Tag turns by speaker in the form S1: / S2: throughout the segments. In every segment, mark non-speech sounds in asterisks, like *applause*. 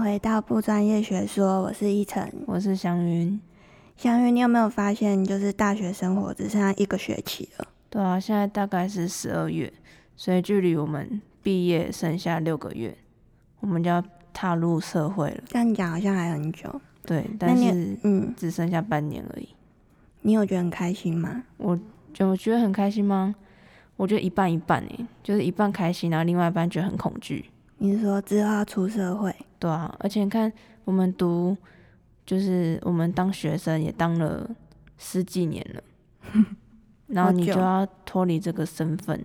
S1: 回到不专业学说，我是依晨。
S2: 我是祥云。
S1: 祥云，你有没有发现，就是大学生活只剩下一个学期了？
S2: 对啊，现在大概是十二月，所以距离我们毕业剩下六个月，我们就要踏入社会了。
S1: 这样讲好像还很久。
S2: 对，
S1: 那
S2: 但
S1: 你
S2: 是
S1: 嗯，
S2: 只剩下半年而已。
S1: 你有觉得很开心吗？
S2: 我就我觉得很开心吗？我觉得一半一半诶、就是一半开心，然后另外一半觉得很恐惧。
S1: 你是说之后要出社会，
S2: 对啊，而且你看，我们读就是我们当学生也当了十几年
S1: *laughs*
S2: 了，然后你
S1: 好久
S2: 就要脱离这个身份。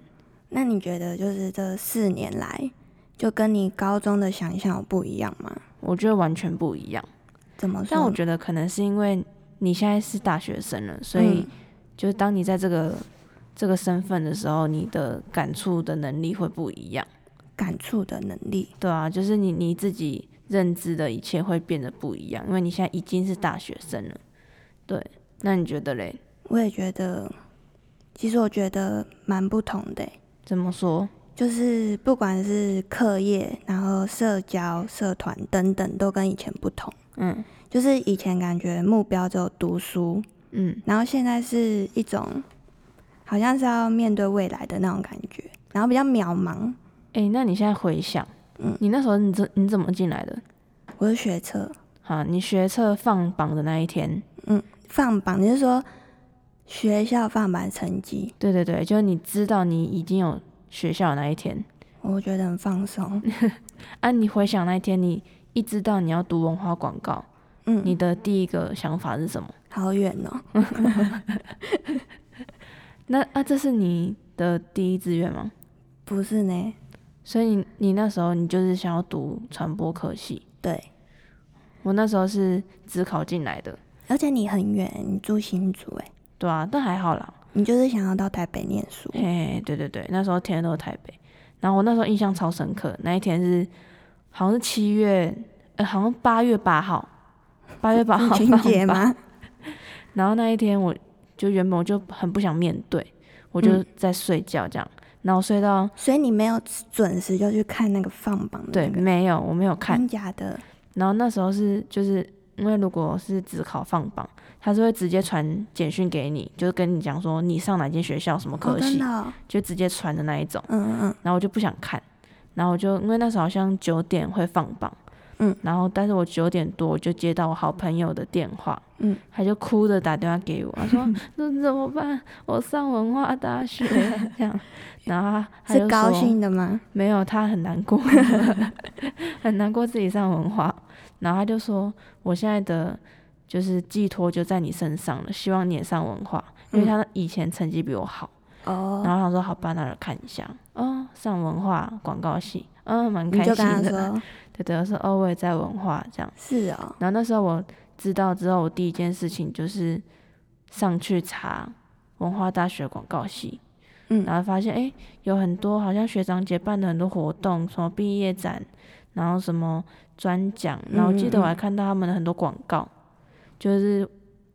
S1: 那你觉得就是这四年来，就跟你高中的想象有不一样吗？
S2: 我觉得完全不一样。
S1: 怎么
S2: 但
S1: 说
S2: 我
S1: 呢？
S2: 觉得可能是因为你现在是大学生了，所以
S1: 嗯
S2: 就是当你在这个这个身份的时候，你的感触的能力会不一样。
S1: 感触的能力，
S2: 对啊，就是你你自己认知的一切会变得不一样，因为你现在已经是大学生了。对，那你觉得嘞？
S1: 我也觉得，其实我觉得蛮不同的欸、
S2: 怎么说？
S1: 就是不管是课业，然后社交、社团等等，都跟以前不同。
S2: 嗯
S1: 就是以前感觉目标只有读书，
S2: 嗯，
S1: 然后现在是一种好像是要面对未来的那种感觉，然后比较渺茫。
S2: 诶，那你现在回想，
S1: 嗯
S2: 你那时候你怎你怎么进来的？
S1: 我是学车
S2: 好，你学测放榜的那一天，
S1: 放榜，你是说学校放榜成绩？
S2: 对对对，就是你知道你已经有学校的那一天，
S1: 我觉得很放
S2: *laughs*
S1: 松。
S2: 啊，你回想那一天，你一知道你要读文化广告，你
S1: 嗯，
S2: 的第一个想法是什么？
S1: 好远哦。
S2: 那啊，这是你的第一志愿吗？
S1: 不是呢，
S2: 所以你你那时候你就是想要读传播科系，
S1: 对，
S2: 我那时候是只考进来的，
S1: 而且你很远，你住新竹哎，
S2: 对啊，但还好啦，
S1: 你就是想要到台北念
S2: *laughs*
S1: 书。
S2: 嘿，对对对，那时候天天都是台北，然后我那时候印象超深刻，那一天是好像是七月，呃，好像八月八号，八月八号
S1: 父亲
S2: 放
S1: 节
S2: 榜
S1: 吗？
S2: 然后那一天我就原本我就很不想面对，我就
S1: 嗯
S2: 在睡觉这样，然后睡到
S1: 所以你没有准时就去看那个放榜的
S2: 对
S1: 那个，
S2: 没有我没有看，
S1: 真假的？
S2: 然后那时候是就是因为如果是只考放榜，他是会直接传简讯给你，就是跟你讲说你上哪间学校什么
S1: 哦
S2: 科
S1: 真
S2: 系，
S1: 的哦，
S2: 就直接传的那一种，
S1: 嗯嗯嗯，
S2: 然后我就不想看，然后我就因为那时候好像九点会放榜。
S1: 嗯，
S2: 然后但是我九点多我就接到我好朋友的电话，
S1: 嗯，
S2: 他就哭着打电话给我，
S1: *laughs*
S2: 他说那怎么办？我上文化大学这样，然后他他
S1: 是
S2: 就
S1: 高
S2: 说
S1: 兴的吗？
S2: 没有，他很难过， *laughs* 很难过自己上文化，然后他就说我现在的就是寄托就在你身上了，希望你也上文化，因为
S1: 嗯
S2: 他以前成绩比我好，
S1: 哦，
S2: 然后他说好吧，那就看一下，哦，上文化广告系，嗯，蛮
S1: 你
S2: 开
S1: 就
S2: 心
S1: 跟他
S2: 的，
S1: 说
S2: 对对，我说哦，我也在文化这样。
S1: 是哦，
S2: 然后那时候我知道之后，我第一件事情就是上去查文化大学广告系，
S1: 嗯
S2: 然后发现诶有很多好像学长姐办的很多活动，什么毕业展，然后什么专奖，然后记
S1: 嗯
S2: 得我还看到他们的很多广告，就是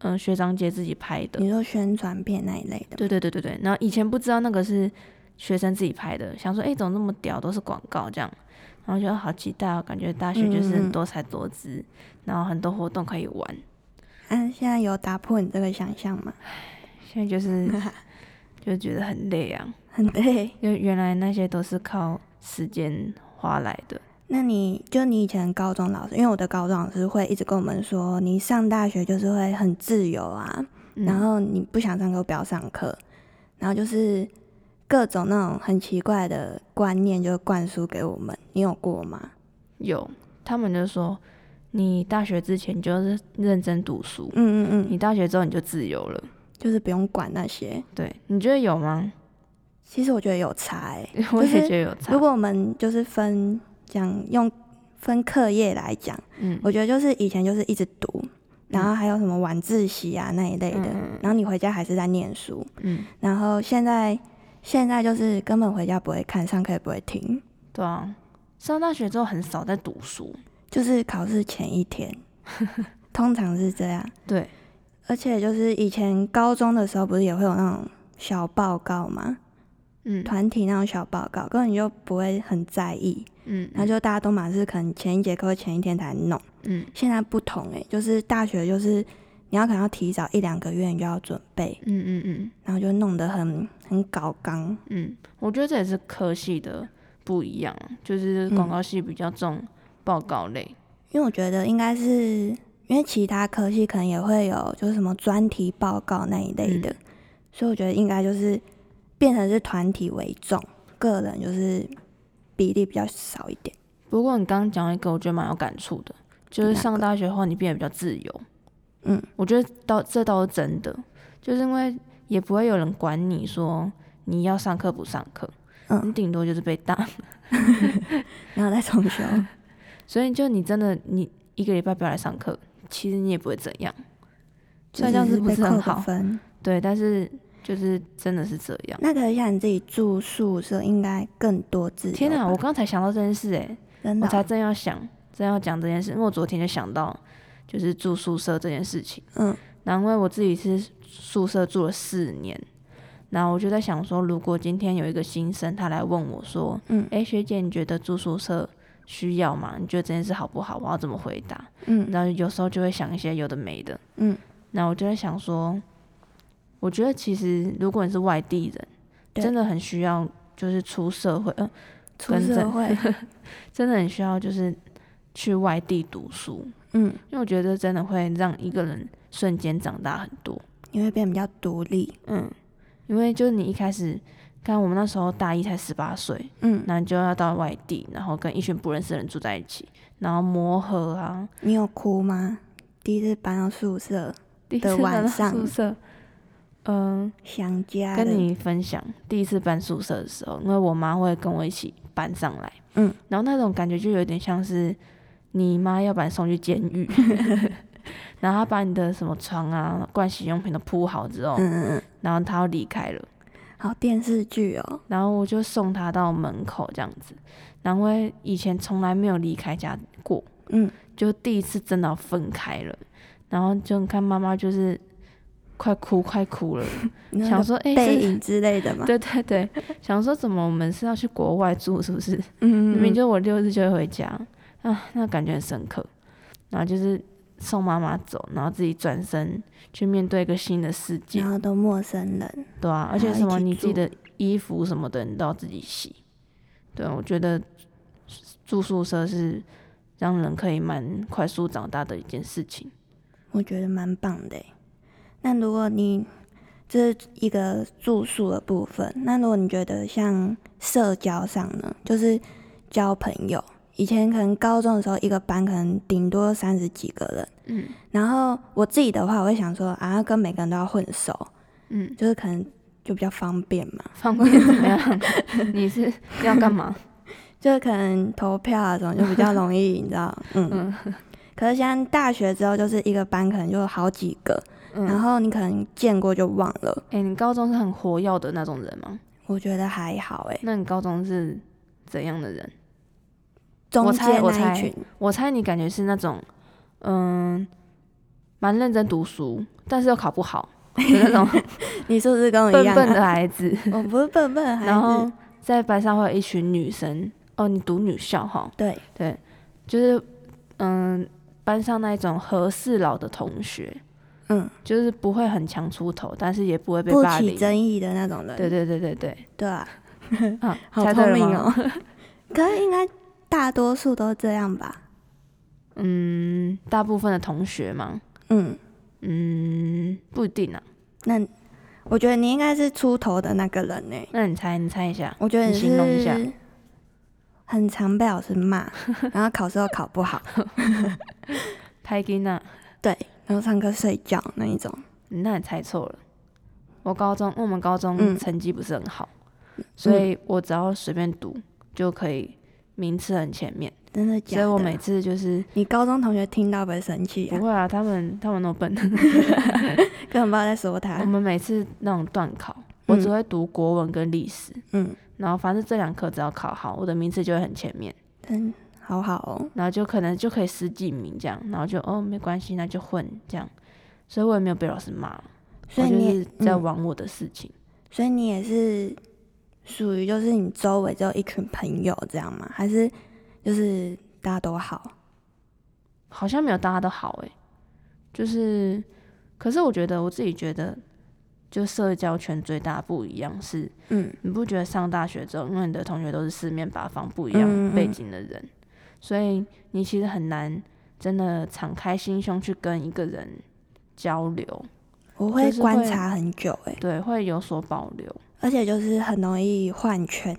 S2: 嗯、呃学长姐自己拍的，
S1: 你说宣传片那一类的，
S2: 对对对对对。然后以前不知道那个是学生自己拍的，想说诶哎怎么那么屌，都是广告这样。然后觉得好期待哦，感觉大学就
S1: 嗯
S2: 是
S1: 嗯
S2: 很
S1: 嗯
S2: 多才多姿，然后很多活动可以玩。
S1: 啊，现在有打破你这个想象吗？ *laughs*
S2: 现在就是就觉得很累啊，
S1: 很对。
S2: 因为原来那些都是靠时间花来的。
S1: 那你就你以前高中老师，因为我的高中老师会一直跟我们说，你上大学就是会很自由啊，
S2: 嗯
S1: 然后你不想上课不要上课，然后就是各种那种很奇怪的观念就灌输给我们，你有过吗？
S2: 有他们就说，你大学之前就是认真读书，
S1: 嗯嗯嗯，
S2: 你大学之后你就自由了。
S1: 就是不用管那些。
S2: 对，你觉得有吗？ *laughs*
S1: 其实我觉得有差欸
S2: 我也
S1: 就是
S2: 觉得有差。
S1: 如果我们就是分讲用分课业来讲，
S2: 嗯，
S1: 我觉得就是以前就是一直读，然后还有什么晚自习啊那一类的，
S2: 嗯嗯
S1: 然后你回家还是在念书，
S2: 嗯，
S1: 然后现在现在就是根本回家不会看，上课也不会听，
S2: 对啊，上大学之后很少在读书。
S1: 就是考试前一
S2: *laughs*
S1: 天，通常是这样。
S2: 对，
S1: 而且就是以前高中的时候，不是也会有那种小报告吗？
S2: 嗯
S1: 团体那种小报告，根本就不会很在意，
S2: 嗯
S1: 然后就大家都满是可能前一节课、前一天才弄。
S2: 嗯
S1: 现在不同诶、就是大学就是你要可能要提早一两个月你就要准备，
S2: 嗯嗯嗯
S1: 然后就弄得很很搞纲。
S2: 嗯，我觉得这也是科系的不一样，
S1: 嗯
S2: 就是广告系比较重报告类，
S1: 因为我觉得应该是因为其他科系可能也会有就是什么专题报告那一类
S2: 嗯
S1: 的，所以我觉得应该就是变成是团体为重，个人就是比例比较少一点。
S2: 不过你刚刚讲一个，我觉得蛮有感触的，就是
S1: 哪
S2: 上
S1: 个
S2: 大学后你变得比较自由。
S1: 嗯，
S2: 我觉得到这倒是真的，就是因为也不会有人管你说你要上课不上课，你
S1: 嗯，
S2: 顶多就是被打。 *laughs*
S1: 然后再重修。
S2: 所以就你真的你一个礼拜不要来上课，其实你也不会怎样。虽
S1: 就
S2: 然这样
S1: 只
S2: 子
S1: 是
S2: 不
S1: 被
S2: 是很
S1: 扣个
S2: 好，
S1: 分。
S2: 对，但是就是真的是这样。
S1: 那可是像你自己住宿舍，应该更多自由吧。
S2: 天哪、我刚才想到这件事、欸，
S1: 真
S2: 我
S1: 的哦、
S2: 才真要想，真要讲这件事，因为我昨天就想到，就是住宿舍这件事情。
S1: 嗯，
S2: 然后因为我自己是宿舍住了四年，然后我就在想说，如果今天有一个新生他来问我说，
S1: 嗯
S2: 诶，学姐，你觉得住宿舍需要吗？你觉得这件事好不好？我要怎么回答？
S1: 嗯
S2: 然后有时候就会想一些有的没的。
S1: 嗯，
S2: 那我就在想说，我觉得其实如果你是外地人，
S1: 对
S2: 真的很需要就是出社会，呃，
S1: 出
S2: 跟
S1: 社
S2: 着
S1: 会，
S2: 真的很需要就是去外地读书，
S1: 嗯，
S2: 因为我觉得真的会让一个人瞬间长大很多。
S1: 你会变得比较独立。
S2: 嗯，因为就是你一开始，看我们那时候大一才十八岁，
S1: 嗯，
S2: 那你就要到外地，然后跟一群不认识的人住在一起，然后磨合啊。
S1: 你有哭吗？第一次搬到宿舍，
S2: 第一
S1: 的
S2: 次来
S1: 晚
S2: 到
S1: 上
S2: 宿舍，嗯、
S1: 想家的
S2: 跟你分享第一次搬宿舍的时候，因为我妈会跟我一起搬上来，
S1: 嗯，
S2: 然后那种感觉就有点像是你妈要把你送去监
S1: *laughs*
S2: 狱，然后她把你的什么床啊、盥洗用品都铺好之后，
S1: 嗯嗯
S2: 然后她要离开了，
S1: 嗯，好电视剧哦，
S2: 然后我就送她到门口这样子，然后因为以前从来没有离开家过，
S1: 嗯，
S2: 就第一次真的要分开了，然后就你看妈妈就是快哭快哭了，
S1: 你那
S2: 想
S1: 个
S2: 说哎、
S1: 背
S2: 是
S1: 影之类的嘛，
S2: 对对对，想说怎么我们是要去国外住，是不是？
S1: 嗯，
S2: 明
S1: 嗯
S2: 明
S1: 嗯，
S2: 就我六日就会回家啊，那感觉很深刻。然后就是送妈妈走，然后自己转身去面对一个新的世界
S1: 然，后都陌生人，
S2: 对啊，
S1: 还
S2: 而且
S1: 要
S2: 什
S1: 一
S2: 么
S1: 起
S2: 你自己
S1: 住
S2: 的衣服什么的，你都要自己洗。对，我觉得住宿舍是让人可以蛮快速长大的一件事情。
S1: 我觉得蛮棒的欸。那如果你这是一个住宿的部分，那如果你觉得像社交上呢，就是交朋友，以前可能高中的时候一个班可能顶多三十几个人，
S2: 嗯
S1: 然后我自己的话，我会想说啊，跟每个人都要混熟，
S2: 嗯，
S1: 就是可能就比较方便嘛。
S2: 方便怎么样？ *laughs* 你是要干嘛？
S1: 就是可能投票啊什么就比较容易，你知
S2: *laughs*
S1: 道，嗯。
S2: 嗯
S1: 可是现在大学之后，就是一个班可能就有好几个，
S2: 嗯，
S1: *laughs* 然后你可能见过就忘了。
S2: 哎、你高中是很活跃的那种人吗？
S1: 我觉得还好哎、
S2: 那你高中是怎样的人？
S1: 中
S2: 猜
S1: 间
S2: 我
S1: 那一
S2: 猜
S1: 群，
S2: 我猜你感觉是那种，嗯，蛮认真读书，但是又考
S1: *laughs*
S2: 不好的那种
S1: 你是不是跟我
S2: 笨
S1: 一样、啊？
S2: 笨的孩子。
S1: *laughs* 我不是笨笨的孩子，
S2: 然后在班上会有一群女生，哦，你读女校哈，
S1: 对，
S2: 对，就是嗯，班上那一种和事佬的同学，
S1: 嗯，
S2: 就是不会很强出头，但是也不会被
S1: 不
S2: 霸
S1: 起
S2: 凌。
S1: 争议的那种人，
S2: 对对对对对，
S1: 对啊，
S2: 啊，
S1: 好
S2: 猜对
S1: 聪
S2: 了
S1: 明
S2: 吗
S1: 哦。
S2: *laughs*
S1: 可是应该大多数都这样吧？
S2: 嗯，大部分的同学嘛，
S1: 嗯，
S2: 嗯，不一定啊。
S1: 那我觉得你应该是出头的那个人呢、欸
S2: 那你猜，你猜一下，
S1: 我觉得
S2: 你
S1: 你
S2: 形容一下
S1: 是很常被老师
S2: *laughs*
S1: 骂，然后考试又考不好，
S2: 拍金娜，
S1: 然后上课睡觉那一种。
S2: 那你猜错了。我高中，因为我们高中
S1: 嗯
S2: 成绩不是很好，所以我只要随便读就可以名次很前面。
S1: 真的假
S2: 所
S1: 的？
S2: 以我每次就是
S1: 你高中同学听到不会生气、
S2: 不
S1: 啊，
S2: 会啊，他们他们那么笨，
S1: 根本不知道在说
S2: 我
S1: 他。
S2: 们每次那种断考，我只会读国文跟历史，
S1: 嗯，
S2: 然后反正这两科只要考好，我的名次就会很前面，嗯
S1: 真好好哦。
S2: 然后就可能就可以十几名这样，然后就哦没关系，那就混这样。所以我也没有被老师骂，
S1: 所
S2: 我
S1: 以
S2: 就
S1: 你
S2: 是
S1: 也
S2: 在
S1: 嗯
S2: 玩我的事情。
S1: 所以你也是属于就是你周围只有一群朋友这样吗？还是就是大家都好？
S2: 好像没有大家都好诶、欸就是，可是我觉得我自己觉得，就社交圈最大不一样是，
S1: 嗯
S2: 你不觉得上大学之后，因为你的同学都是四面八方不一样
S1: 嗯嗯
S2: 背景的人，所以你其实很难真的敞开心胸去跟一个人交流，
S1: 我会
S2: 就是会
S1: 观察很久哎、
S2: 对，会有所保留，
S1: 而且就是很容易换圈，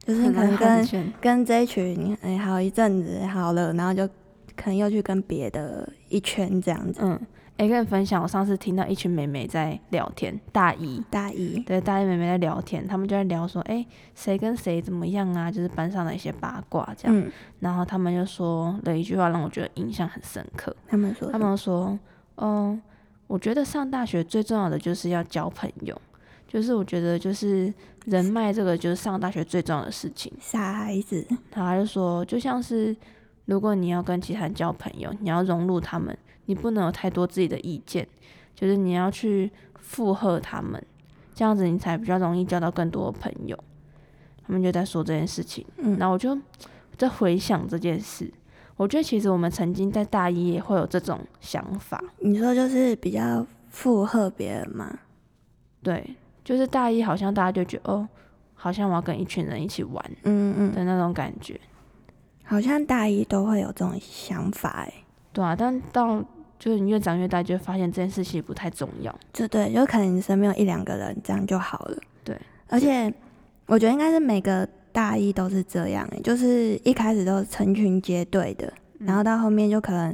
S1: 就是你可能
S2: 很难
S1: 跟
S2: 完全
S1: 跟这一群哎、好一阵子好了，然后就可能又去跟别的一圈这样子。
S2: 嗯，哎、跟你分享，我上次听到一群美眉在聊天，大一。
S1: 大一，
S2: 对，大一妹妹在聊天，他们就在聊说，哎、谁跟谁怎么样啊？就是班上的一些八卦这样。
S1: 嗯，
S2: 然后他们就说了一句话，让我觉得印象很深刻。
S1: 他们说什
S2: 他
S1: 么
S2: 们说，嗯，我觉得上大学最重要的就是要交朋友，就是我觉得就是人脉这个就是上大学最重要的事情。
S1: 傻孩子，
S2: 然后他就说，就像是如果你要跟其他人交朋友，你要融入他们，你不能有太多自己的意见，就是你要去附和他们，这样子你才比较容易交到更多的朋友。他们就在说这件事情，
S1: 嗯
S2: 然后我就在回想这件事。我觉得其实我们曾经在大一也会有这种想法，
S1: 你说就是比较附和别人嘛？
S2: 对，就是大一好像大家就觉得哦，好像我要跟一群人一起玩
S1: 嗯嗯，
S2: 的那种感觉。
S1: 好像大一都会有这种想法哎、
S2: 对啊，但到就是你越长越大，就会发现这件事情不太重要。
S1: 就对，就可能你身边有一两个人，这样就好了。
S2: 对，
S1: 而且我觉得应该是每个大一都是这样、欸，就是一开始都是成群结队的，
S2: 嗯
S1: 然后到后面就可能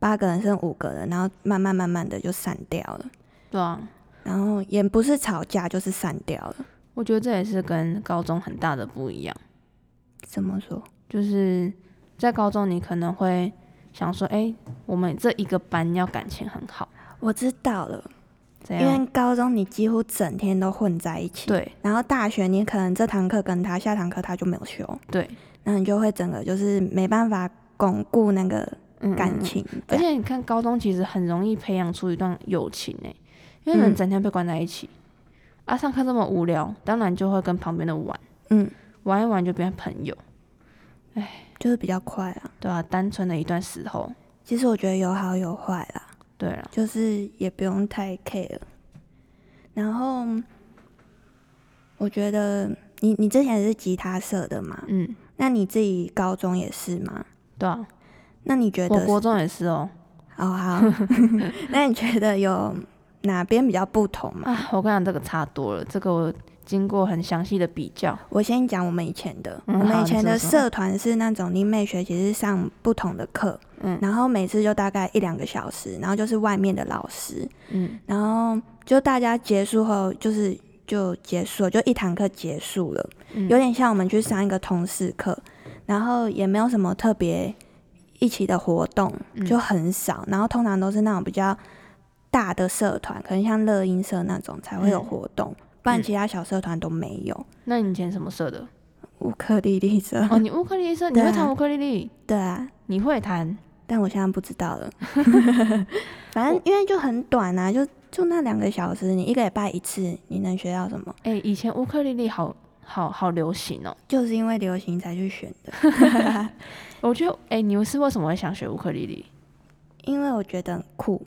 S1: 八个人剩五个人，然后慢慢慢慢的就散掉了，
S2: 对啊，
S1: 然后也不是吵架就是散掉了。
S2: 我觉得这也是跟高中很大的不一样，
S1: 怎么说？
S2: 就是在高中你可能会想说，哎、我们这一个班要感情很好，
S1: 我知道了，
S2: 这
S1: 因
S2: 样
S1: 为高中你几乎整天都混在一起，。
S2: 啊对
S1: 然后大学你可能这堂课跟他，下堂课他就没有修，
S2: 对
S1: 那你就会整个就是没办法巩固那个
S2: 嗯
S1: 感。
S2: 嗯嗯
S1: 情。
S2: 而且你看，高中其实很容易培养出一段友情诶、因为人
S1: 嗯
S2: 整天被关在一起，啊，上课这么无聊，当然就会跟旁边的玩，
S1: 嗯，
S2: 玩一玩就变朋友，
S1: 就是比较快啊。
S2: 对啊，单纯的一段时候，
S1: 其实我觉得有好有坏啦，
S2: 对了，
S1: 就是也不用太 care。然后我觉得你你之前是吉他社的嘛？
S2: 嗯，
S1: 那你自己高中也是吗？
S2: 对啊，
S1: 那你觉
S2: 我
S1: 得
S2: 国中也是哦、
S1: 哦好， *laughs* 那你觉得有哪边比较不同吗？
S2: 啊，我跟你讲，这个差多了，这个我经过很详细的比较，
S1: 我先讲我们以前的，
S2: 嗯
S1: 我
S2: 好
S1: 们以
S2: 你
S1: 前的
S2: 说说
S1: 社团是那种你每学期是上不同的课，
S2: 嗯
S1: 然后每次就大概一两个小时，然后就是外面的老师，
S2: 嗯，
S1: 然后就大家结束后就是就结束了，就一堂课结束了，
S2: 嗯
S1: 有点像我们去上一个通识课，然后也没有什么特别一起的活动，
S2: 嗯
S1: 就很少，然后通常都是那种比较大的社团，可能像乐音社那种才会有
S2: 嗯
S1: 活动，不然
S2: 嗯
S1: 其他小社团都没有。
S2: 那你以前什么
S1: *laughs*
S2: 社的？
S1: 乌克丽丽社，
S2: 哦，你乌克丽丽社，你
S1: 对啊
S2: 会弹乌克丽丽，
S1: 对啊，
S2: 你会弹，
S1: 但我现在不知道
S2: *laughs*
S1: 了。反正因为就很短啊，就就那两个小时，你一个礼拜一次，你能学到什么？
S2: 哎、以前乌克丽丽好好好流行哦、
S1: 就是因为流行才去选的，
S2: *laughs* 我觉得，哎、你是为什么会想学乌克丽丽？
S1: 因为我觉得很酷。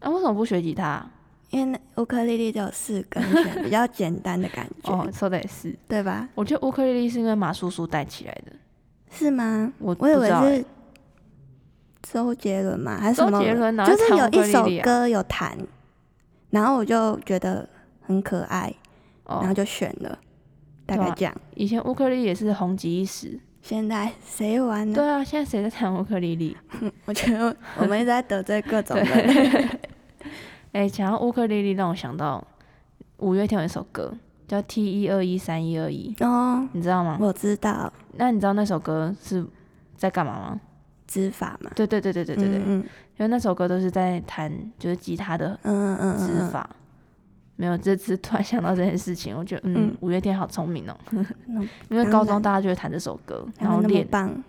S2: 啊，为什么不学吉他、
S1: 因为那乌克丽丽只有四根弦，比较简单的感觉，
S2: *laughs* 哦，说的也是，
S1: 对吧？
S2: 我觉得乌克丽丽是因为马叔叔带起来的，
S1: 是吗？
S2: 我
S1: 我以
S2: 不知
S1: 为
S2: 道欸
S1: 是周杰伦嘛，还是什
S2: 周
S1: 么？
S2: 杰伦哪会
S1: 就是有
S2: 弹乌克
S1: 一
S2: 丽
S1: 首
S2: 丽啊
S1: 歌有弹，然后我就觉得很可爱，然后
S2: 哦，
S1: 就选了，大
S2: 对
S1: 概
S2: 啊
S1: 这样。
S2: 以前乌克丽丽也是红极一时。
S1: 现在谁玩呢？
S2: 对啊，现在谁在弹乌克丽丽？
S1: *laughs* 我觉得我们一直在得罪各种
S2: 对
S1: 人。，
S2: 哎、讲到乌克丽丽，让我想到五月天有一首歌叫《T 一二一三一二一》，
S1: *laughs* 哦，
S2: 你知道吗？
S1: 我知道
S2: 那你知道那首歌是在干嘛吗？
S1: 指法嘛，
S2: 对对对对对对对，因
S1: 嗯
S2: 为那首歌都是在弹就是吉他的
S1: 嗯嗯嗯
S2: 指
S1: 嗯
S2: 法。没有，这次突然想到这件事情，我觉得嗯
S1: 嗯，
S2: 五月天好聪明
S1: *laughs*
S2: 哦，
S1: 嗯，
S2: *laughs* 因为高
S1: 当
S2: 中
S1: 然
S2: 大家就会弹这首歌，
S1: 他
S2: 然
S1: 们
S2: 后
S1: 那么
S2: 练。
S1: 棒，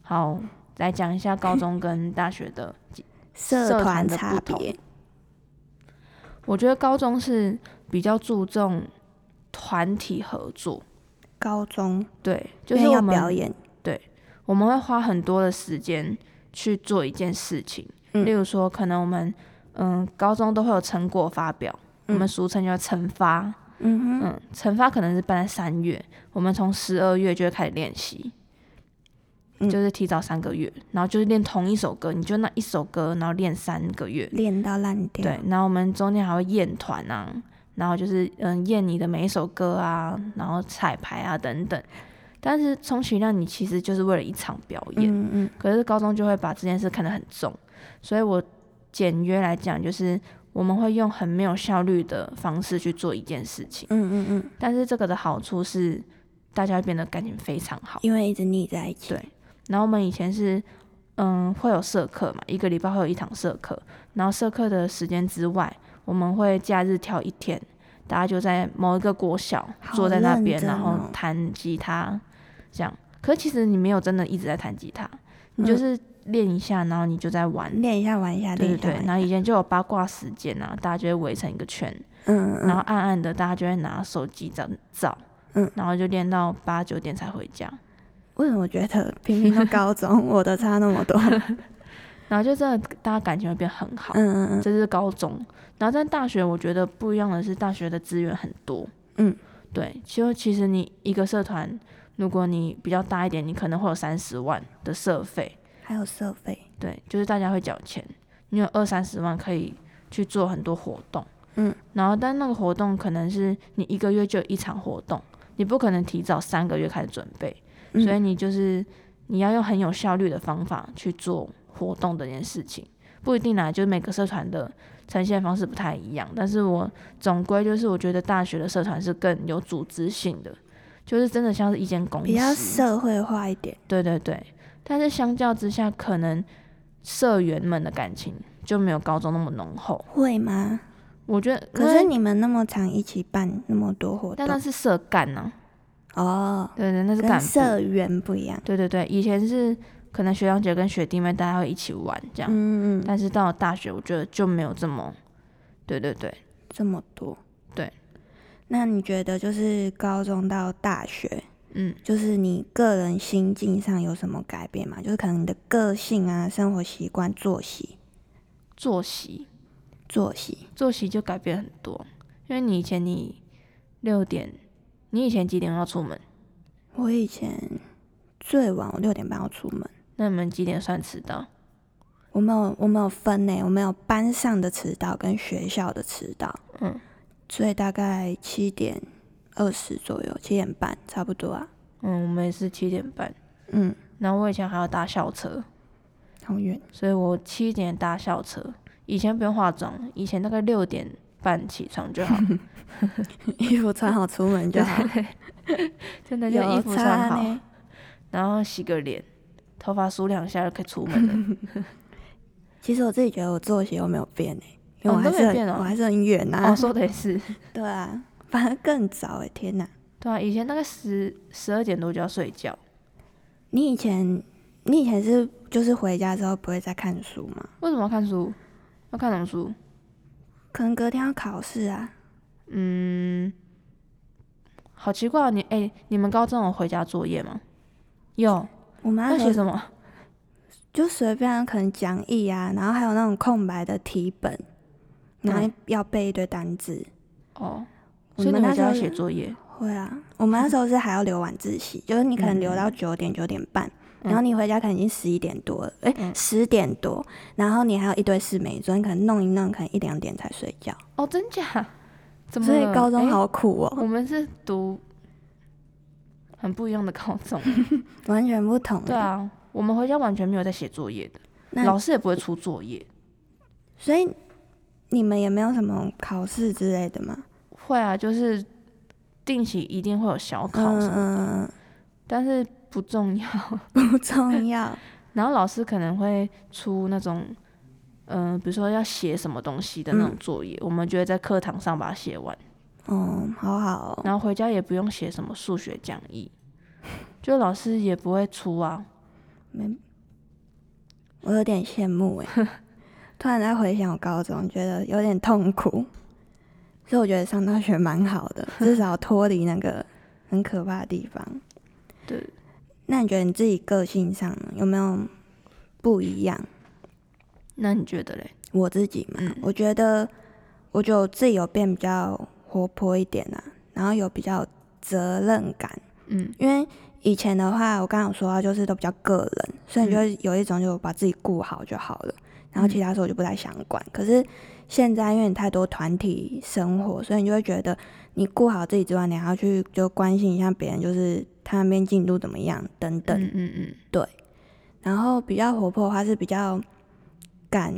S2: 好，来讲一下高中跟大学的 *laughs*
S1: 社
S2: 社
S1: 团
S2: 团的
S1: 差
S2: 不同
S1: 别，
S2: 我觉得高中是比较注重团体合作，
S1: 高中
S2: 对，
S1: 就
S2: 就是我
S1: 要表
S2: 们
S1: 演，
S2: 我们会花很多的时间去做一件事情，
S1: 嗯
S2: 例如说，可能我们嗯高中都会有成果发表，我们
S1: 嗯
S2: 俗称叫惩罚，
S1: 嗯哼，
S2: 嗯，惩罚可能是办在三月，我们从十二月就会开始练习，
S1: 嗯
S2: 就是提早三个月，然后就是练同一首歌，你就那一首歌，然后练三个月，
S1: 练到烂掉，
S2: 对，然后我们中间还会验团啊，然后就是嗯验你的每一首歌啊，然后彩排啊等等。但是充其量你其实就是为了一场表演，
S1: 嗯嗯
S2: 可是高中就会把这件事看得很重，所以我简约来讲就是我们会用很没有效率的方式去做一件事情，
S1: 嗯嗯嗯，
S2: 但是这个的好处是大家会变得感情非常好。
S1: 因为一直腻在一起，
S2: 对然后我们以前是，嗯，会有社课嘛，一个礼拜会有一堂社课，然后社课的时间之外，我们会假日挑一天，大家就在某一个国小
S1: 好
S2: 坐在那边，
S1: 认真
S2: 然后
S1: 哦
S2: 弹吉他，这样。可是其实你没有真的一直在弹吉他，
S1: 嗯
S2: 你就是练一下，然后你就在玩。
S1: 练一下玩一下，
S2: 对
S1: 练
S2: 对
S1: 一下
S2: 对
S1: 玩，一下，
S2: 然后以前就有八卦时间啊，大家就会围成一个圈，
S1: 嗯嗯
S2: 然后暗暗的大家就会拿手机照照，
S1: 嗯
S2: 然后就练到八九点才回家。
S1: 为什么觉得平平都高中，我的差那么
S2: *laughs*
S1: 多？
S2: 然后就真的大家感情会变很好，
S1: 嗯嗯
S2: 这是高中。然后在大学，我觉得不一样的是，大学的资源很多。
S1: 嗯，
S2: 对，其实其实你一个社团，如果你比较大一点，你可能会有三十万的社费，
S1: 嗯，还有社费，
S2: 对，就是大家会缴钱，你有二三十万可以去做很多活动。
S1: 嗯，
S2: 然后但那个活动可能是你一个月就有一场活动，你不可能提早三个月开始准备，
S1: 嗯
S2: 所以你就是你要用很有效率的方法去做活动这件事情，不一定啦，就是每个社团的呈现方式不太一样，但是我总归就是我觉得大学的社团是更有组织性的，就是真的像是一间公司，
S1: 比较社会化一点，
S2: 对对对，但是相较之下，可能社员们的感情就没有高中那么浓厚，
S1: 会吗？
S2: 我觉得，
S1: 可是
S2: 因为
S1: 你们那么常一起办那么多活
S2: 但那
S1: 动，
S2: 是社干呐、
S1: 哦，
S2: 对对，那是啊干
S1: 跟
S2: 部，
S1: 社员不一样，
S2: 对对对，以前是可能学长姐跟学弟妹大家会一起玩这样。
S1: 嗯嗯嗯，
S2: 但是到了大学，我觉得就没有这么，对对对，
S1: 这么多，
S2: 对。
S1: 那你觉得就是高中到大学，
S2: 嗯，
S1: 就是你个人心境上有什么改变吗？就是可能你的个性啊、生活习惯、作息、
S2: 作息
S1: 作息，
S2: 作息就改变很多，因为你以前你六点，你以前几点要出门？
S1: 我以前最晚我六点半要出门。
S2: 那你们几点算迟到？
S1: 我们有我们有分呢，我们有班上的迟到跟学校的迟到，
S2: 嗯，
S1: 所以大概七点二十左右，七点半差不多啊。
S2: 嗯，我们也是七点半，
S1: 嗯，
S2: 然后我以前还要搭校车，
S1: 好远， *laughs*
S2: 所以我七点搭校车，以前不用化妆，以前大概六点半起
S1: *laughs*
S2: 床就好，
S1: 衣服穿好出门就好，
S2: 真的就衣服穿
S1: 差
S2: 好，
S1: 呢。
S2: 然后洗个脸，头发梳两下就可以出门
S1: *laughs*
S2: 了。
S1: 其实我自己觉得我作息又没有变呢，因
S2: 哦
S1: 为我
S2: 你都
S1: 还
S2: 没
S1: 是很、
S2: 变哦
S1: 我还是很远啊。
S2: 哦，说的也是，
S1: 对啊，反而更早哎，天哪！
S2: 对啊，以前大概十十二点多就要睡觉。
S1: 你以前你以前是就是回家之后不会再看书吗？
S2: 为什么要看书？要看什么书？
S1: 可能隔天要考试啊。
S2: 嗯，好奇怪、哦，你哎、你们高中有回家作业吗？有，
S1: 我们
S2: 要
S1: 那时候
S2: 写什么？
S1: 就随便可能讲义啊，然后还有那种空白的题本，然后
S2: 嗯
S1: 要背一堆单字。
S2: 哦，
S1: 我
S2: 所以你
S1: 们那
S2: 们就
S1: 时候
S2: 要写作业。
S1: 会啊，我们那时候是还要留晚自 *laughs* 习，就是你可能留到九点九点半，然后你回家可能已经十一点多了，哎、
S2: 嗯
S1: 十、点多，然后你还有一堆事没做，你可能弄一弄，可能一两点才睡觉。
S2: 哦，真假？怎么
S1: 所
S2: 了？
S1: 以高中
S2: 哎
S1: 好苦哦、
S2: 我们是读很不一样的高
S1: *laughs*
S2: 中。
S1: 完全不同。
S2: 对，啊，我们回家完全没有在写作业的，
S1: 那
S2: 老师也不会出作业。
S1: 所以你们也没有什么考试之类的吗？
S2: 会啊，就是定期一定会有小考什么的，
S1: 嗯嗯
S2: 但是不重要。 *laughs*
S1: 嗯，不重要。 *laughs*
S2: 然后老师可能会出那种，嗯、比如说要写什么东西的那种
S1: 嗯
S2: 作业，我们就会在课堂上把它写完，
S1: 哦，好好、哦，
S2: 然后回家也不用写什么数学讲义，就老师也不会出啊。
S1: 没，我有点欸
S2: *laughs*
S1: 羡慕哎。突然在回想我高中，觉得有点痛苦。所以我觉得上大学蛮好
S2: *laughs*
S1: 的，至少脱离那个很可怕的地方。
S2: 对，
S1: 那你觉得你自己个性上呢有没有不一样？
S2: 那你觉得嘞？
S1: 我自己嘛，
S2: 嗯
S1: 我觉得，我觉得我自己有变比较活泼一点啊，然后有比较有责任感，
S2: 嗯
S1: 因为以前的话，我刚刚有说到，就是都比较个人，
S2: 嗯
S1: 所以你就会有一种就把自己顾好就好了，然
S2: 嗯
S1: 后其他事我就不太想管。可是现在因为你太多团体生活，所以你就会觉得你顾好自己之外，你还要去就关心一下别人，就是他那边进度怎么样等等。
S2: 嗯嗯嗯，
S1: 然后比较活泼的话是比较敢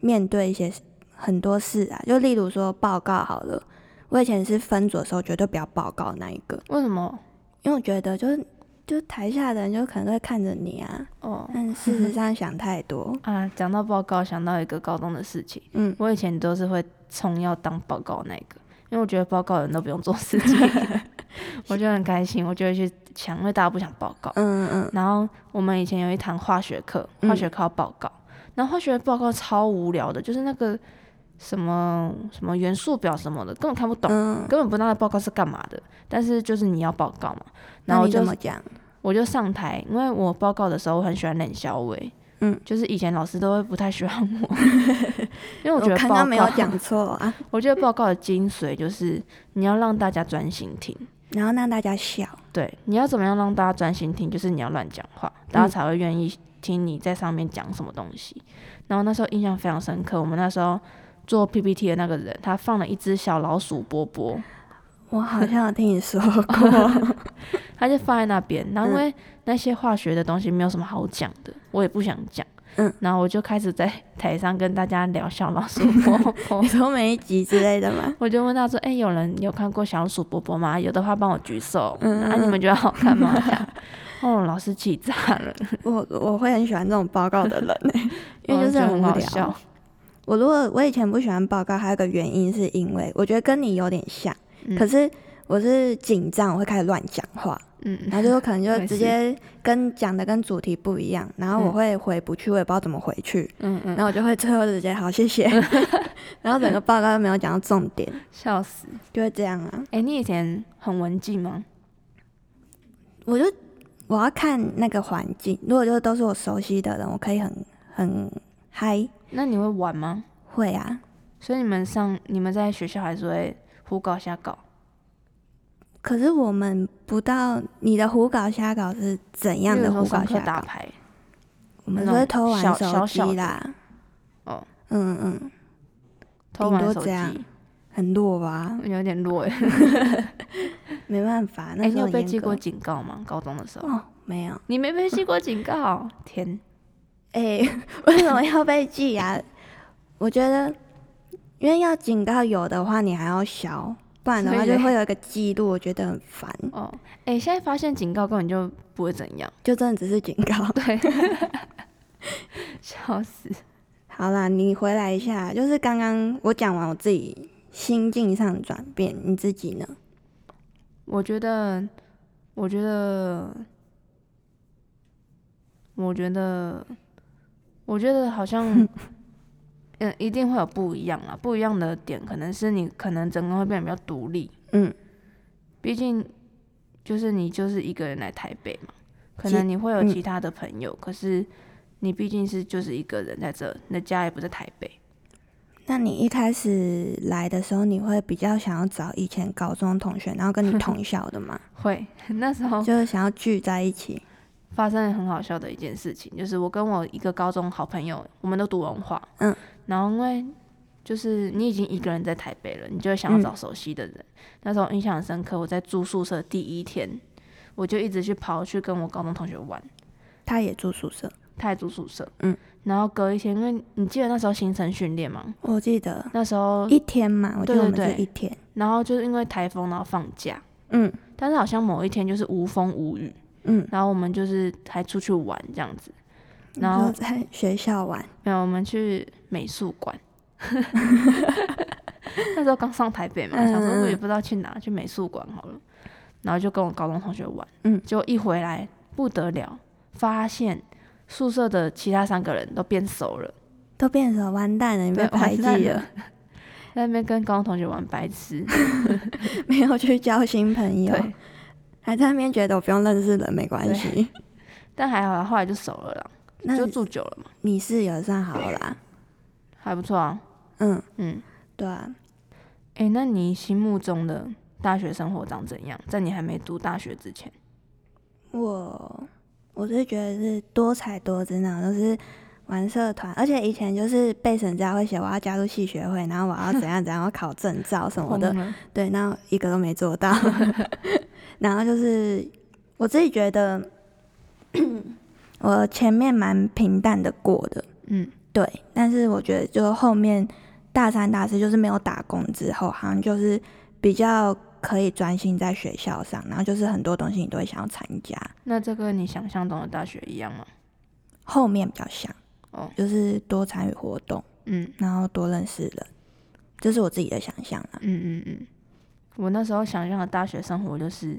S1: 面对一些事很多事啊，就例如说报告好了，我以前是分组的时候绝对不要报告那一个，
S2: 为什么？
S1: 因为我觉得就是就台下的人就可能会看着你啊，
S2: 哦，
S1: 但事实上想太多
S2: 啊，讲到报告，想到一个高中的事情，
S1: 嗯，
S2: 我以前都是会冲要当报告那个，因为我觉得报告人都不用做事情， *laughs* 我就很开心，我就会去抢，因为大家不想报告。
S1: 嗯嗯
S2: 然后我们以前有一堂化学课，
S1: 嗯
S2: 化学课要报告，然后化学报告超无聊的，就是那个什么什么元素表什么的，根本看不懂，
S1: 嗯，
S2: 根本不知道那报告是干嘛的。但是就是你要报告嘛，
S1: 那
S2: 然后我
S1: 你
S2: 就
S1: 怎么讲？
S2: 我就上台，因为我报告的时候我很喜欢冷小伟，
S1: 嗯，
S2: 就是以前老师都会不太喜欢我， *laughs* 因为我
S1: *laughs* 我
S2: 觉得
S1: 刚
S2: 报告
S1: 刚没有讲错啊，
S2: 我觉得报告的精髓就是你要让大家专心听，
S1: 然后让大家笑，
S2: 对，你要怎么样让大家专心听？就是你要乱讲话，大家才会愿意听你在上面讲什么东西。然后那时候印象非常深刻，我们那时候做 PPT 的那个人，他放了一只小老鼠波波，
S1: 我好像有听你说过， *laughs*
S2: *laughs* 他就放在那边。然后
S1: 嗯
S2: 因为那些化学的东西没有什么好讲的，我也不想讲。
S1: 嗯，
S2: *laughs* 然后我就开始在台上跟大家聊小
S1: *laughs*
S2: 老鼠波波
S1: 你。说每一集之类的
S2: *laughs*
S1: 吗？
S2: 我就问他说：“哎、有人有看过小鼠波波吗？有的话帮我举手。
S1: 嗯
S2: 啊，你们觉得好看
S1: *laughs*
S2: 吗？这样哦，老师气炸了，
S1: 我我会很喜欢这种报告的人、欸，因为就是
S2: 我觉得
S1: 很
S2: 哦很
S1: 无
S2: 好
S1: 聊
S2: 笑。。
S1: 我如果我以前不喜欢报告，还有一个原因是因为我觉得跟你有点像，
S2: 嗯
S1: 可是我是紧张，我会开始乱讲
S2: *laughs*
S1: 话，
S2: 嗯，
S1: 然后就可能
S2: 我
S1: 就
S2: 也
S1: 直
S2: 是
S1: 接跟讲的跟主题不一样，然后我会回不去，我也不知道怎么回去，
S2: 嗯
S1: 然
S2: 嗯，
S1: 后我就会最后就直接好谢
S2: *laughs*
S1: 谢，然后整个报告都没有讲到重点，
S2: 笑死！
S1: 就会这样啊。
S2: 哎、你以前很文静吗？
S1: 我就我要看那个环境，如果就都是我熟悉的人，我可以很很嗨，
S2: 那你会玩吗？
S1: 会啊，
S2: 所以你们上你们在学校还是会胡搞瞎搞？
S1: 可是我们不到你的胡搞瞎搞是怎样
S2: 比
S1: 的
S2: 如说
S1: 胡搞
S2: 上课
S1: 瞎
S2: 打
S1: 搞？
S2: 牌，
S1: 我们
S2: 那
S1: 都会
S2: 种
S1: 偷玩
S2: 小
S1: 手
S2: 小
S1: 机
S2: 小的
S1: 啦。
S2: 哦，
S1: 嗯嗯，
S2: 偷
S1: 顶
S2: 玩
S1: 多
S2: 手
S1: 这样
S2: 机，
S1: 很弱吧？
S2: 有点
S1: *laughs*
S2: 弱哎、
S1: 没办法，
S2: 哎、
S1: 那时
S2: 你
S1: 候
S2: 有被
S1: 很
S2: 记
S1: 严格
S2: 过警告吗？高中的
S1: *laughs*
S2: 时候，
S1: 哦？没有。
S2: 你没被记过警告？天， *laughs*
S1: 哎、为什么要被记啊？ *laughs* 我觉得，因为要警告有的话，你还要消，不然的
S2: 所
S1: 话
S2: 以
S1: 就
S2: 嘞
S1: 会有一个记录，我觉得很烦。
S2: 哦，哎、现在发现警告根本就不会怎样，
S1: 就真的只是警告。
S2: *laughs*
S1: *laughs*
S2: 对，笑死，
S1: 好啦，你回来一下，就是刚刚我讲完我自己心境上的转变，你自己呢？
S2: 我觉得，我觉得，我觉得，我觉得好像，
S1: *laughs*
S2: 嗯，一定会有不一样啊，不一样的点可能是你可能整个会变得比较独立，
S1: 嗯，
S2: 毕竟就是你就是一个人来台北嘛，可
S1: 其
S2: 能你会有
S1: 嗯
S2: 其他的朋友，可是你毕竟是就是一个人在这，你的家也不在台北，
S1: 那你一开始来的时候，你会比较想要找以前高中同学，然后跟你
S2: *laughs*
S1: 同校的嘛，
S2: 会 *laughs* 那时候
S1: 就是想要聚在一起。
S2: 发生很好笑的一件事情，就是我跟我一个高中好朋友，我们都读文化，
S1: 嗯，
S2: 然后因为就是你已经一个人在台北了，你就会想要找熟悉的人。那时候印象很深刻，我在住宿舍第一天，我就一直去跑去跟我高中同学玩，
S1: 他也住宿舍，
S2: 他也住宿舍，
S1: 嗯，
S2: 然后隔一天，因为你记得那时候行程训练嘛，
S1: 我记得
S2: 那时候，
S1: 一天嘛，我记得我
S2: 哦对对
S1: 们是
S2: 对
S1: 一天。
S2: 然后就是因为台风，然后放假，
S1: 嗯
S2: 但是好像某一天就是无风无雨，
S1: 嗯，
S2: 然后我们就是还出去玩这样子，然
S1: 你说
S2: 后
S1: 在学校玩，
S2: 没有，我们去美术馆。 *laughs* 那时候刚上台北嘛，
S1: 嗯
S2: 想说我也不知道去哪，去美术馆好了。然后就跟我高中同学玩，
S1: 嗯
S2: 结果一回来不得了，发现宿舍的其他三个人都变熟了，
S1: 都变成完蛋了，你被
S2: 对
S1: 排
S2: 完蛋
S1: 挤
S2: 了
S1: 了。
S2: 在那边跟高中同学玩白痴，
S1: *laughs* 没有去交新朋友，
S2: 对，
S1: 还在那边觉得我不用认识人没关系。
S2: *laughs* 但还好啦，后来就熟了啦，
S1: 那
S2: 就住久了嘛，
S1: 你室友算好啦，
S2: 还不错啊。
S1: 嗯，
S2: 嗯，
S1: 对啊，
S2: 诶，那你心目中的大学生活长怎样？在你还没读大学之前，
S1: 我我是觉得是多才多姿那种，就是玩社团，而且以前就是背审家会写我要加入系学会，然后我要怎样怎样，我考证照什么
S2: 疯
S1: 的，
S2: 了
S1: 对，那一个都没做到。然后就是我自己觉得，嗯我前面蛮平淡的过的，
S2: 嗯，
S1: 对，但是我觉得就后面大三、大四就是没有打工之后，好像就是比较可以专心在学校上，然后就是很多东西你都会想要参加。
S2: 那这跟你想象中的大学一样吗？
S1: 后面比较像，
S2: 哦
S1: 就是多参与活动，
S2: 嗯
S1: 然后多认识人，这是我自己的想象啊啦。
S2: 嗯嗯嗯，我那时候想象的大学生活就是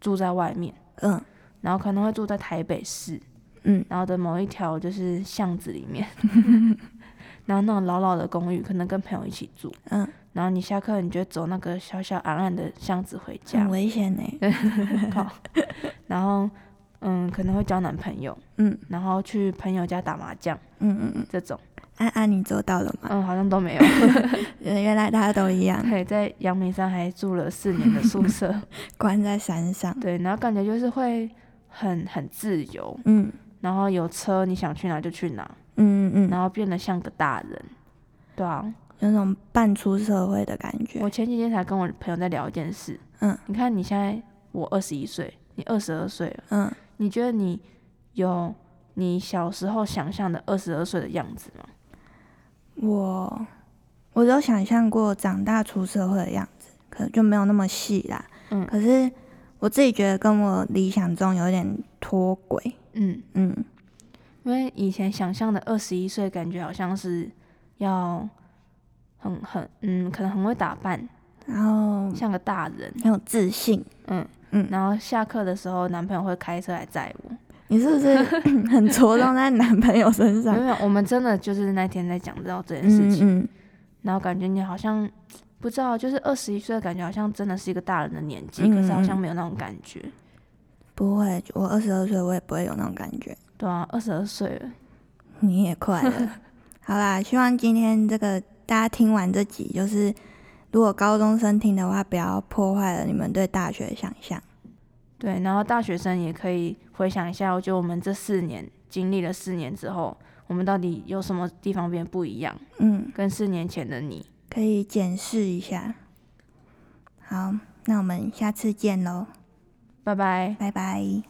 S2: 住在外面，
S1: 嗯
S2: 然后可能会住在台北市，
S1: 嗯，
S2: 然后的某一条就是巷子里
S1: *laughs*
S2: 面，然后那种老老的公寓，可能跟朋友一起住，
S1: 嗯，
S2: 然后你下课你就走那个小小暗暗的巷子回家
S1: 很，危险
S2: *laughs*
S1: 呢、
S2: 嗯靠，然后嗯可能会交男朋友，
S1: 嗯
S2: 然后去朋友家打麻将
S1: 嗯嗯嗯，
S2: 这种，
S1: 安、安、你做到了吗？呃
S2: 嗯好像都没有，
S1: 原来大家都一
S2: *laughs*
S1: 样，
S2: 对，在阳明山还住了四年的宿舍，
S1: *laughs* 关在山上。
S2: 对，然后感觉就是会很很自由，
S1: 嗯
S2: 然后有车你想去哪就去哪，
S1: 嗯嗯，
S2: 然后变得像个大人，对啊，
S1: 有种半出社会的感觉。
S2: 我前几天才跟我朋友在聊一件事，
S1: 嗯，
S2: 你看你现在我二十一岁，你二十二岁了，
S1: 嗯，
S2: 你觉得你有你小时候想象的二十二岁的样子吗？
S1: 我我有想象过长大出社会的样子，可能就没有那么细啦。
S2: 嗯
S1: 可是我自己觉得跟我理想中有点脱轨。
S2: 嗯，
S1: 嗯
S2: 因为以前想象的二十一岁，感觉好像是要很很嗯，可能很会打扮，
S1: 然后
S2: 像个大人，
S1: 很有自信。
S2: 嗯
S1: 嗯
S2: 然后下课的时候，男朋友会开车来载我。
S1: 你是不
S2: *laughs*
S1: 是很着重在男朋友身上
S2: 没？有，没有我们真的就是那天在讲到这件事
S1: 啊嗯
S2: 情，
S1: 嗯，
S2: 然后感觉你好像不知道，就是二十一岁，感觉好像真的是一个大人的年纪，
S1: 嗯
S2: 可是好像
S1: 嗯
S2: 没有那种感觉。
S1: 不会，我二十二岁，我也不会有那种感觉。
S2: 对啊，二十二岁了，
S1: 你也快
S2: *laughs*
S1: 了。好啦，希望今天这个大家听完这集，就是如果高中生听的话，不要破坏了你们对大学的想象。
S2: 对，然后大学生也可以回想一下，我觉得我们这四年经历了四年之后，我们到底有什么地方变不一样，
S1: 嗯，
S2: 跟四年前的你。
S1: 可以检视一下。好，那我们下次见喽，
S2: 拜拜。
S1: 拜拜。